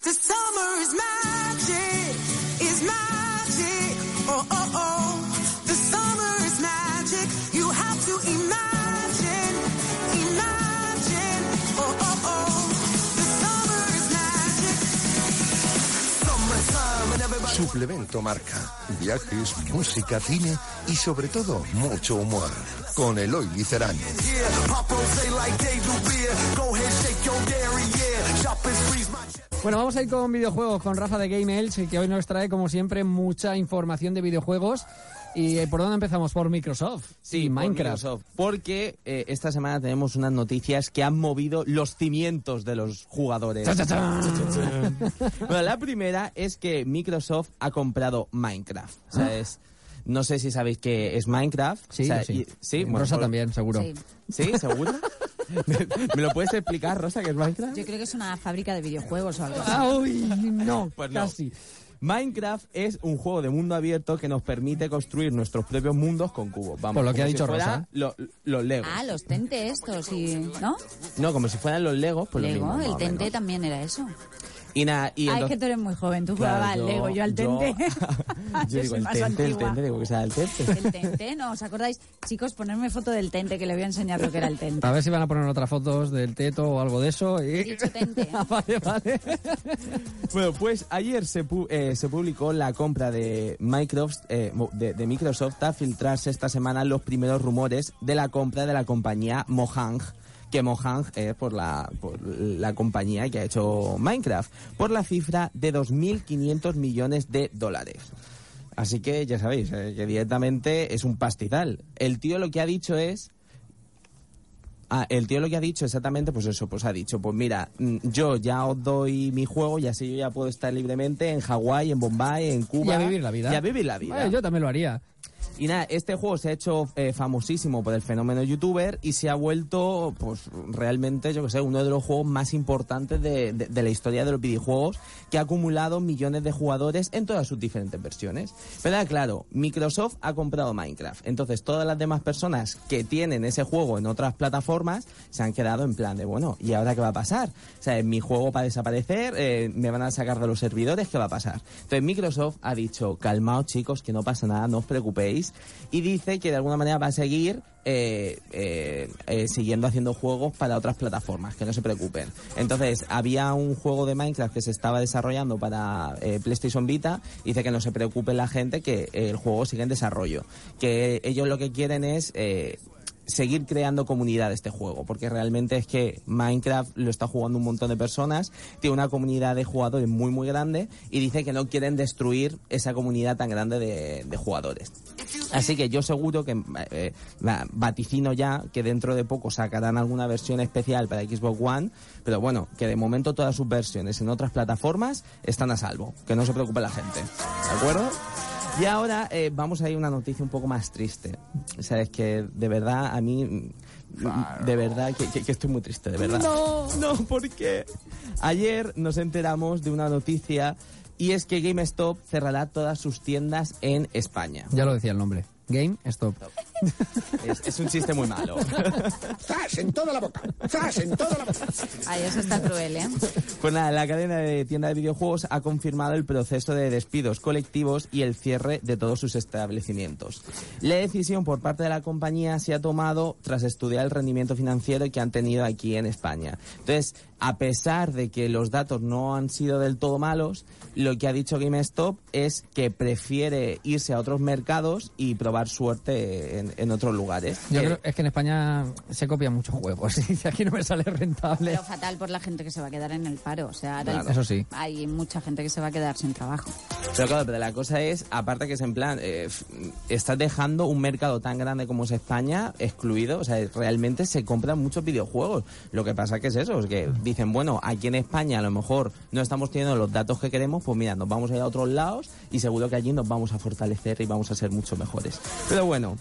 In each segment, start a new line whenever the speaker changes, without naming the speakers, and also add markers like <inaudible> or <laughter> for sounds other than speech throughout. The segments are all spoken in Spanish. The summer is magic, is magic. Oh, oh, oh. The summer is magic. You have to imagine, imagine. Oh, oh, oh. The summer is magic. Summertime and everybody.
Suplemento Marca. Viajes, música, cine y sobre todo mucho humor. Con Eloy Licerani.
Yeah, pop on say like they do beer. Go ahead, shake your dairy, yeah. Shop and squeeze my check.
Bueno, vamos a ir con videojuegos, con Rafa de Game Elch, que hoy nos trae, como siempre, mucha información de videojuegos. ¿Y eh, por dónde empezamos? Por Microsoft.
Sí,
Y
por
Minecraft.
Microsoft. Porque eh, esta semana tenemos unas noticias que han movido los cimientos de los jugadores. <laughs> bueno, la primera es que Microsoft ha comprado Minecraft. O sea, es- no sé si sabéis qué es Minecraft.
Ah. Sí,
O sea,
yo sí.
y- sí, bueno,
Rosa
por-
también, seguro.
Sí.
¿Sí? ¿Seguro? <laughs> ¿Me lo puedes explicar, Rosa, qué es Minecraft?
Yo creo que es una fábrica de videojuegos o algo así.
¡Ay, no!
<laughs> Pues no.
casi.
Minecraft es un juego de mundo abierto que nos permite construir nuestros propios mundos con cubos. Vamos,
Por lo que
como
ha dicho
si fuera
Rosa.
lo- los Legos.
Ah, los tente estos, y, ¿no?
No, como si fueran los Legos, pues lo
Lego,
mismo, más
el
o
tente
menos.
también era eso.
Y nada, y
Ay,
entonces-
que tú eres muy joven, tú
Claro,
jugabas al Lego, yo al
<laughs>
tente. <laughs>
Yo,
Yo
digo
soy
el
más
tente, el
antigua.
tente, digo que sea el
<laughs>
tente.
El tente, ¿no? ¿Os acordáis? Chicos, ponerme foto del tente, que le voy a enseñar lo que era el tente.
A ver si van a poner otras fotos del teto o algo de eso. y-
Dicho tente.
Ah, <laughs> vale, vale.
bueno, pues ayer se, pu- eh, se publicó la compra de Microsoft, eh, mo- de, de Microsoft a filtrarse esta semana los primeros rumores de la compra de la compañía Mojang que Mojang es por la, por la compañía que ha hecho Minecraft, por la cifra de 2.500 millones de dólares. Así que ya sabéis, eh, que directamente es un pastizal. El tío lo que ha dicho es Ah, el tío lo que ha dicho exactamente, pues eso, pues ha dicho, pues mira, mm, yo ya os doy mi juego y así yo ya puedo estar libremente en Hawái, en Bombay, en
Y
Cuba.
a vivir la vida.
Y a vivir la vida.
Eh, yo también lo haría.
Y nada, este juego se ha hecho eh, famosísimo por el fenómeno youtuber y se ha vuelto, pues realmente, yo que sé, uno de los juegos más importantes de, de- de la historia de los videojuegos que ha acumulado millones de jugadores en todas sus diferentes versiones. Pero nada, claro, Microsoft ha comprado Minecraft. Entonces, todas las demás personas que tienen ese juego en otras plataformas se han quedado en plan de, bueno, ¿y ahora qué va a pasar? O sea, mi juego va a desaparecer, eh, me van a sacar de los servidores, ¿qué va a pasar? Entonces Microsoft ha dicho, calmaos chicos, que no pasa nada, no os preocupéis, y dice que de alguna manera va a seguir eh, eh, eh, siguiendo haciendo juegos para otras plataformas, que no se preocupen. Entonces, había un juego de Minecraft que se estaba desarrollando para eh, PlayStation Vita, dice que no se preocupe la gente, que eh, el juego sigue en desarrollo, que ellos lo que quieren es... eh, seguir creando comunidad de este juego, porque realmente es que Minecraft lo está jugando un montón de personas, tiene una comunidad de jugadores muy muy grande y dice que no quieren destruir esa comunidad tan grande de, de jugadores. Así que yo seguro que eh, va- vaticino ya que dentro de poco sacarán alguna versión especial para Xbox One, pero bueno, que de momento todas sus versiones en otras plataformas están a salvo, que no se preocupe la gente, ¿de acuerdo? Y ahora eh, vamos a ir a una noticia un poco más triste. O sea, es que de verdad a mí... mm, De verdad que, que- que estoy muy triste, de verdad. No, no, porque ayer nos enteramos de una noticia y es que GameStop cerrará todas sus tiendas en España.
Ya lo decía el nombre. Game Stop.
Es, es un chiste muy malo. <laughs>
¡Zas en toda la boca! ¡Zas en toda la boca!
Ay, eso está cruel, ¿eh?
Pues nada, la cadena de tienda de videojuegos ha confirmado el proceso de despidos colectivos y el cierre de todos sus establecimientos. La decisión por parte de la compañía se ha tomado tras estudiar el rendimiento financiero que han tenido aquí en España. Entonces, a pesar de que los datos no han sido del todo malos, lo que ha dicho GameStop es que prefiere irse a otros mercados y probar suerte en, en otros lugares.
Yo
Eh,
creo es que en España se copian muchos <laughs> juegos. Y dice, aquí no me sale rentable.
Pero fatal por la gente que se va a quedar en el paro. O sea, ahora
Claro. Eso sí.
hay mucha gente que se va a quedar sin
<laughs>
trabajo.
Pero claro, pero la cosa es, aparte que es en plan, eh, f- estás dejando un mercado tan grande como es España excluido, o sea, realmente se compran muchos videojuegos. Lo que pasa que es eso, es que dicen, bueno, aquí en España a lo mejor no estamos teniendo los datos que queremos, pues mira, nos vamos a ir a otros lados y seguro que allí nos vamos a fortalecer y vamos a ser mucho mejores. Pero bueno,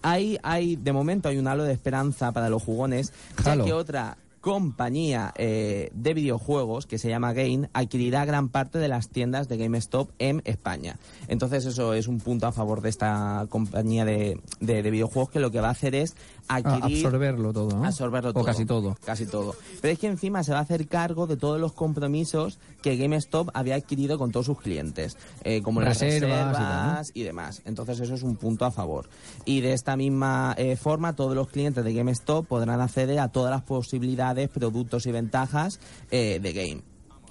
hay, hay, de momento hay un halo de esperanza para los jugones, ya
Halo.
que otra compañía eh, de videojuegos que se llama Game adquirirá gran parte de las tiendas de GameStop en España. Entonces eso es un punto a favor de esta compañía de, de- de videojuegos que lo que va a hacer es
A-
adquirir
Ah, absorberlo todo, ¿no?
absorberlo
o
todo.
casi todo.
Casi todo. Pero es que encima se va a hacer cargo de todos los compromisos que GameStop había adquirido con todos sus clientes, eh, como
Reservas y
las
tal, ¿no?
reservas y demás. Entonces eso es un punto a favor. Y de esta misma eh, forma, todos los clientes de GameStop podrán acceder a todas las posibilidades, productos y ventajas eh, de Game.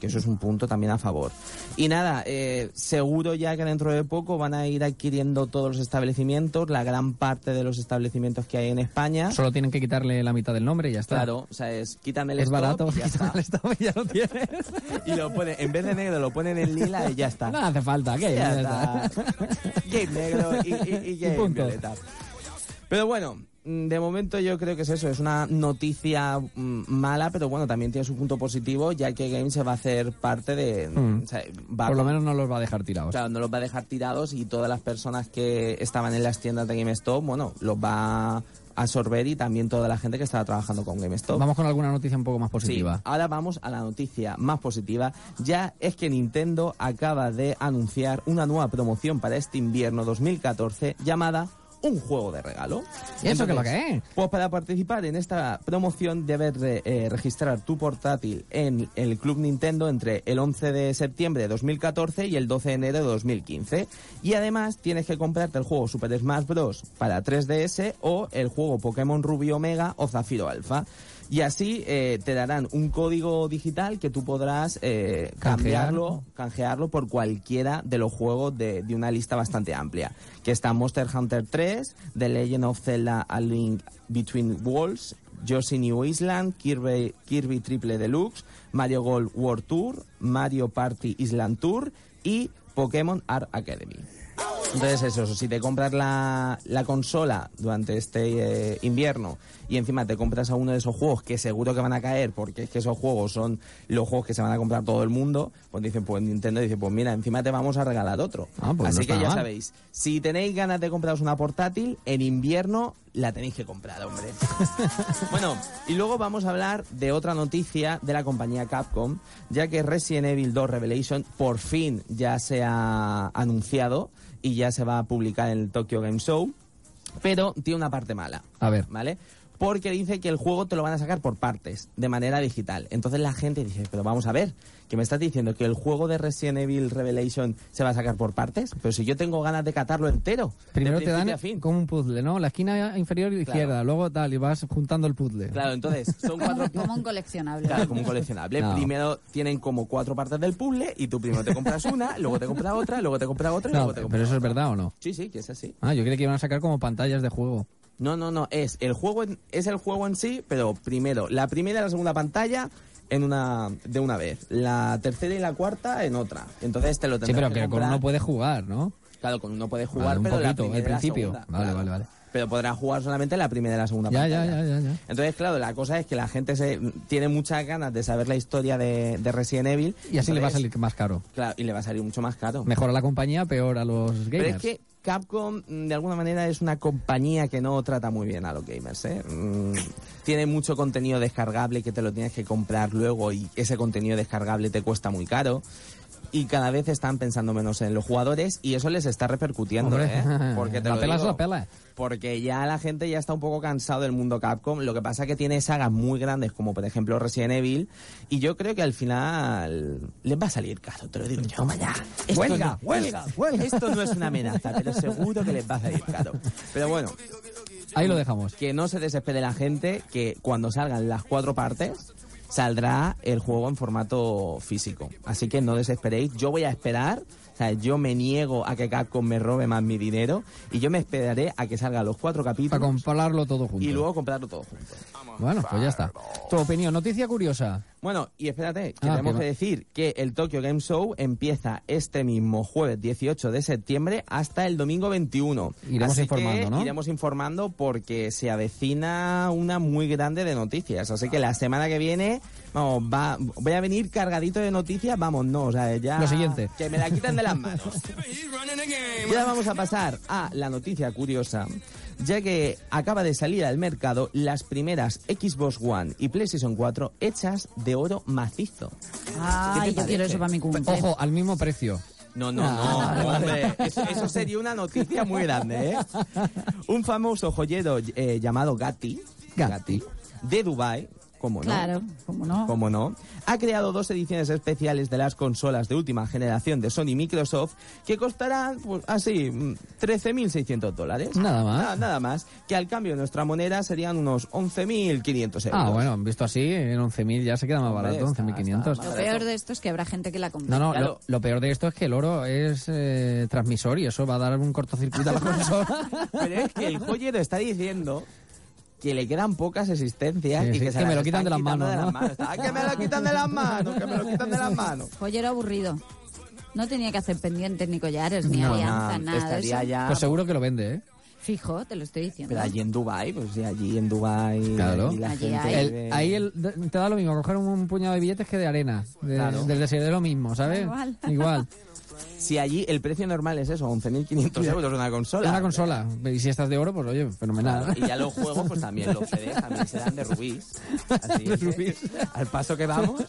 Que eso es un punto también a favor. Y nada, eh, seguro ya que dentro de poco van a ir adquiriendo todos los establecimientos, la gran parte de los establecimientos que hay en España.
Solo tienen que quitarle la mitad del nombre y ya está.
Claro, o sea, es quítame el
Es
stop
barato, <laughs>
y ya
quitas
está.
el stop y ya lo tienes.
Y lo pone, en vez de negro lo ponen en lila y <laughs> ya
<laughs>
está.
No hace falta, ¿qué? Ya
Ya
está. <laughs>
está. Game negro y, y, y
Y
game
punto.
violeta. Pero bueno, mm, de momento yo creo que es eso, es una noticia mm, mala, pero bueno, también tiene su punto positivo, ya que Game se va a hacer parte de... o sea, va
Mm. Por lo
a-
menos no los va a dejar tirados.
Claro, no los va a dejar tirados y todas las personas que estaban en las tiendas de GameStop, bueno, los va a absorber y también toda la gente que estaba trabajando con GameStop.
Vamos con alguna noticia un poco más
Sí,
positiva.
ahora vamos a la noticia más positiva. Ya es que Nintendo acaba de anunciar una nueva promoción para este invierno 2014 llamada Un juego de regalo.
¿Y eso qué es lo que es?
Pues para participar en esta promoción debes re- eh, registrar tu portátil en el Club Nintendo entre el 11 de septiembre de 2014 y el 12 de enero de 2015. Y además tienes que comprarte el juego Super Smash Bros. para 3DS o el juego Pokémon Ruby Omega o Zafiro Alpha. Y así eh, te darán un código digital que tú podrás eh,
Canjear.
cambiarlo canjearlo por cualquiera de los juegos de, de una lista bastante amplia. Que está Monster Hunter 3, The Legend of Zelda A Link Between Worlds, Yoshi New Island, Kirby, Kirby Triple Deluxe, Mario Golf World Tour, Mario Party Island Tour y Pokémon Art Academy. Entonces eso, si te compras la, la consola durante este eh, invierno y encima te compras a uno de esos juegos que seguro que van a caer, porque es que esos juegos son los juegos que se van a comprar todo el mundo, pues dicen, pues Nintendo dice, pues mira, encima te vamos a regalar otro.
Ah, pues
Así
no
que
está
ya
mal.
sabéis, si tenéis ganas de compraros una portátil, en invierno la tenéis que comprar, hombre. Bueno, y luego vamos a hablar de otra noticia de la compañía Capcom, ya que Resident Evil 2 Revelation por fin ya se ha anunciado y ya se va a publicar en el Tokyo Game Show, pero tiene una parte mala.
A ver.
¿Vale? Porque dice que el juego te lo van a sacar por partes, de manera digital. Entonces la gente dice, pero vamos a ver, que me estás diciendo que el juego de Resident Evil Revelation se va a sacar por partes, pero si yo tengo ganas de catarlo entero. de
Primero te
principio
dan
a fin.
como un puzzle, ¿no? La esquina inferior y
Claro.
izquierda, luego tal, y vas juntando el puzzle.
Claro, entonces son cuatro...
<laughs>
Como, como un coleccionable.
Claro, como un coleccionable.
No.
Primero tienen como cuatro partes del puzzle y tú primero te compras una, luego te compras otra, luego te compras otra y
No,
luego te compras
pero eso es
otra.
verdad o no?
Sí, sí, que es así.
Ah, yo creía que iban a sacar como pantallas de juego.
No, no, no, es el juego en- es el juego en sí, pero primero la primera y la segunda pantalla en una de una vez, la tercera y la cuarta en otra. Entonces te lo
Sí,
tendrás
pero
que
que con
comprar.
uno puedes jugar, ¿no?
Claro, con uno puedes jugar,
Vale, un
pero la
poquito,
primera
al
y la
principio.
segunda,
Vale,
claro.
vale, vale.
Pero podrás jugar solamente la primera y la segunda
Ya, ya,
pantalla.
ya, ya, ya.
Entonces, claro, la cosa es que la gente se tiene muchas ganas de saber la historia de, de Resident Evil
Y así le va a
Entonces,
salir más caro.
Claro, y le va a salir mucho más caro.
Mejor a la compañía, peor a los gamers.
Pero es que Capcom, mm, de alguna manera, es una compañía que no trata muy bien a los gamers, ¿eh? Mm, Tiene mucho contenido descargable que te lo tienes que comprar luego y ese contenido descargable te cuesta muy caro. Y cada vez están pensando menos en los jugadores y eso les está repercutiendo,
Hombre,
¿eh?
<laughs>
Porque te
la
lo
pela es
digo.
la pela.
Porque ya la gente ya está un poco cansado del mundo Capcom. Lo que pasa que tiene sagas muy grandes, como por ejemplo Resident Evil. Y yo creo que al final les va a salir caro, te lo digo yo. Vaya. Esto
Huelga,
no-
huelga, huelga.
Esto no es una amenaza, pero seguro que les va a salir caro. Pero bueno,
Ahí lo dejamos.
que no se desespere la gente, que cuando salgan las cuatro partes, saldrá el juego en formato físico. Así que no desesperéis, yo voy a esperar. O sea, yo me niego a que Capcom me robe más mi dinero y yo me esperaré a que salgan los cuatro
Para
capítulos
compararlo todo junto.
y luego comprarlo todo junto.
Bueno, pues ya está. Tu opinión, noticia curiosa.
Bueno, y espérate, que
Ah,
tenemos
que
que
va.
decir que el Tokyo Game Show empieza este mismo jueves 18 de septiembre hasta el domingo 21.
Iremos
Así que
informando, ¿no?
Iremos informando porque se avecina una muy grande de noticias. Así que la semana que viene vamos, va, voy a venir cargadito de noticias, vamos, no, o sea, ya...
Lo siguiente.
Que me la quitan de
<laughs>
las manos. Ya vamos a pasar a la noticia curiosa, ya que acaba de salir al mercado las primeras Xbox One y PlayStation 4 hechas de oro macizo. ¿Qué
Ay,
te
yo quiero eso para mi cumple.
Ojo, al mismo precio.
No, no, no, hombre. Eso, eso sería una noticia muy grande, ¿eh? Un famoso joyero eh, llamado Gatti,
Gatti.
de Dubai, como no.
Claro, cómo no.
Como no, ha creado dos ediciones especiales de las consolas de última generación de Sony y Microsoft que costarán, pues, así, mm, 13.600 dólares.
Nada más.
Nada, nada más. Que al cambio de nuestra moneda serían unos 11.500 euros.
Ah, bueno, visto así, en 11.000 ya se queda más
Hombre,
barato,
está-
11.500.
está-
Lo peor de esto es que habrá gente que la compre.
No, no,
Claro.
lo, lo peor de esto es que el oro es eh, transmisor y eso va a dar un cortocircuito a la <laughs> consola.
Pero es que el joyero está diciendo que le quedan pocas existencias
Sí,
y
sí,
que, se
que me
las
lo quitan de
están
las
quitando
manos, ¿no?
de las manos. Ah, que me lo quitan de las manos, que me lo quitan de las manos.
Joyero aburrido. No tenía que hacer pendientes, ni collares, <laughs> ni
No,
alianza, nada. de
estaría
eso.
ya.
Pues seguro que lo vende, ¿eh?
Fijo, te lo estoy diciendo.
Pero allí en Dubai, pues sí, allí en Dubai.
Claro.
allí la
Allí
gente
hay.
El-
vive-
ahí el- de- te da lo mismo coger un, un puñado de billetes que de arena. de-
Claro.
Del desierto lo mismo, ¿sabes?
Igual.
Igual.
Si allí el precio normal es eso, 11.500 euros una consola.
Una consola. Y si estás de oro, pues oye, fenomenal.
Y ya los juegos, pues también los CDs también serán de rubís. Así
De
que,
rubíes.
Al paso que vamos.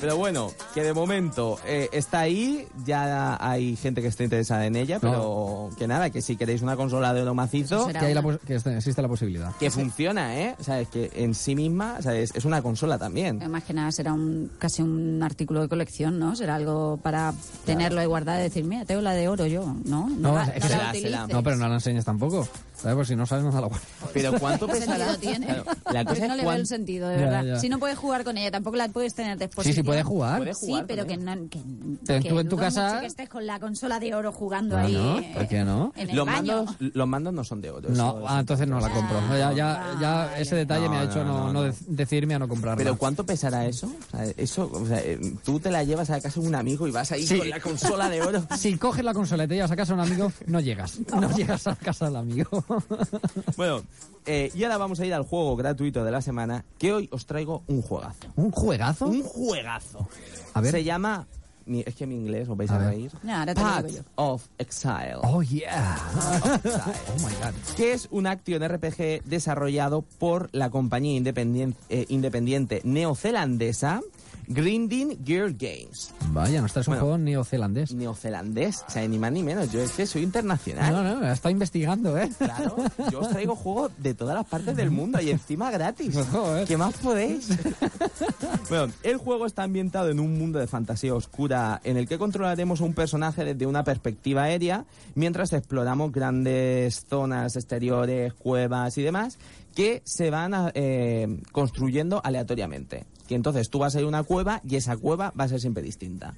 Pero bueno, que de momento eh, está ahí, ya hay gente que está interesada en ella, pero que nada, que si queréis una consola de oro macizo,
Será
Que, hay la
una.
pos- que este- existe la posibilidad.
que funciona, ¿eh? O sea, es que en sí misma, o sea, es, es una consola también.
Más que nada será un, casi un artículo de colección, ¿no? Será algo para tenerlo ahí guardado y decir, mira, tengo la de oro yo, ¿no? No, la,
es que
no la
será-
utilices.
será-
No, pero no la enseñes tampoco. ¿Sabes? Pues si no sabes, no da la guardas.
Pero ¿cuánto
¿Qué
pesará?
sentido Pues tiene?
Claro, la
Pues
cosa es
no le veo
cuán-
el sentido, de
Ya,
verdad.
ya.
Si no puedes jugar con ella, tampoco la puedes tener después.
Sí, sí, puedes jugar.
Puedes
Sí,
jugar
pero
con
que,
ella.
no, que,
Pero
que
tú en tu
dudo
casa-
mucho que estés con la consola de oro jugando
Ah,
ahí.
¿no?
eh,
¿Por qué no?
En el
Los
baño.
mandos, los mandos no son de oro. eso
No,
es- Ah,
ah, entonces no la compro. Ya, ya, ya ese detalle me ha
No,
hecho
no,
no,
no,
no
no.
dec- decidirme a no comprarla.
Pero ¿cuánto pesará eso? O sea, eso, o sea, eh, tú te la llevas a casa de un amigo y vas ahí con la consola de oro.
si coges la consola y te llevas a casa de un amigo, no llegas. No llegas a casa del amigo.
<laughs> <laughs> bueno, eh, y ahora vamos a ir al juego gratuito de la semana, que hoy os traigo un juegazo.
¿Un juegazo?
Un juegazo.
A ver.
Se llama... mi- Es que mi inglés os vais
A
a,
ver.
reír.
No, ahora te lo
Path
digo
of Exile.
Oh, yeah. Oh, my God.
que es un action RPG desarrollado por la compañía independien- eh, independiente neozelandesa Grinding Gear Games.
Vaya, no estás un
Bueno.
juego neozelandés.
Neozelandés, o sea, ni más ni menos, yo es que soy internacional.
No, no, está investigando, ¿eh?
Claro, yo os traigo juegos de todas las partes del mundo y encima gratis.
Joder.
¿Qué más podéis? ¿eh? <laughs> Bueno, el juego está ambientado en un mundo de fantasía oscura en el que controlaremos a un personaje desde una perspectiva aérea mientras exploramos grandes zonas exteriores, cuevas y demás que se van a, eh, construyendo aleatoriamente. Que entonces tú vas a ir a una cueva y esa cueva va a ser siempre distinta.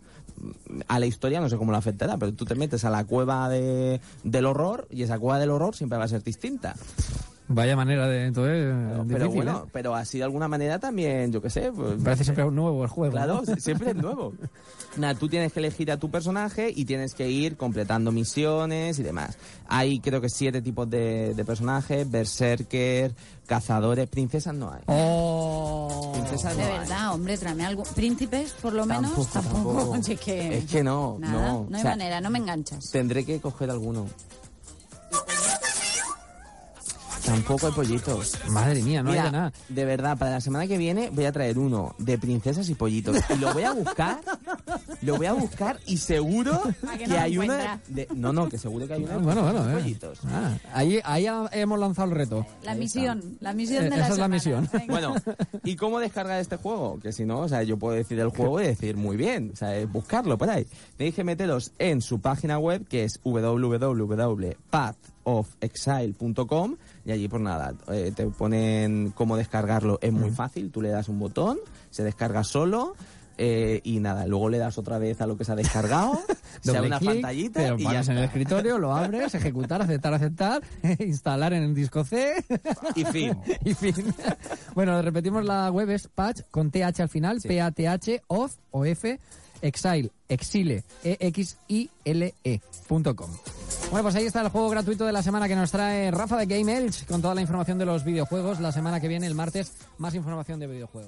A la historia no sé cómo la afectará, pero tú te metes a la cueva de- del horror y esa cueva del horror siempre va a ser distinta.
Vaya manera de... Entonces,
Pero,
difícil,
bueno,
¿eh?
pero así de alguna manera también, yo qué sé.
<laughs>
pues,
Parece siempre un nuevo el juego.
Claro,
¿no?
si- siempre es nuevo. Nada, tú tienes que elegir a tu personaje y tienes que ir completando misiones y demás. Hay creo que siete tipos de, de personajes, berserker, cazadores, princesas no hay.
Oh.
Princesas
De
no hay.
verdad, hombre, tráeme algo. Príncipes, por lo menos,
Tampoco,
tampoco.
tampoco.
<laughs> Oye, que...
Es que no,
Nada,
no,
no,
o
hay
sea-
manera, no me enganchas.
Tendré que coger alguno. Tampoco hay pollitos.
Madre mía, no
Mira,
hay de nada.
de verdad, para la semana que viene voy a traer uno de princesas y pollitos. Y lo voy a
<laughs>
buscar, lo voy a buscar y seguro
¿A
que,
que no lo
hay uno
encuentras?
de- No, no, que seguro que hay uno de
Bueno, bueno,
princesas y
eh.
pollitos.
Ah, ahí, ahí ha- hemos lanzado el reto.
La misión, la misión
Eh,
de la
esa es la
semana.
misión.
Venga.
Bueno, ¿y cómo descargar este juego? Que si no, o sea, yo puedo decir el juego y decir muy bien, o sea, es buscarlo por ahí. Tenéis que meteros en su página web que es www.pathofexile.com y allí por nada, eh, te ponen cómo descargarlo, es muy fácil, tú le das un botón, se descarga solo. eh, y nada, luego le das otra vez a lo que se ha
<laughs>
descargado, se
Doble
abre una
clic,
pantallita
te lo
y ya
pones en el <laughs>
está.
escritorio,
<laughs>
lo abres, ejecutar, aceptar, aceptar, <laughs> instalar en el disco C <laughs>
Y fin.
y fin. <laughs> Bueno, repetimos la web es patch con th al final, p a t h off o f exile exile e x i l e punto com. Bueno, pues ahí está el juego gratuito de la semana que nos trae Rafa de Game Elch con toda la información de los videojuegos. La semana que viene, el martes, más información de videojuegos.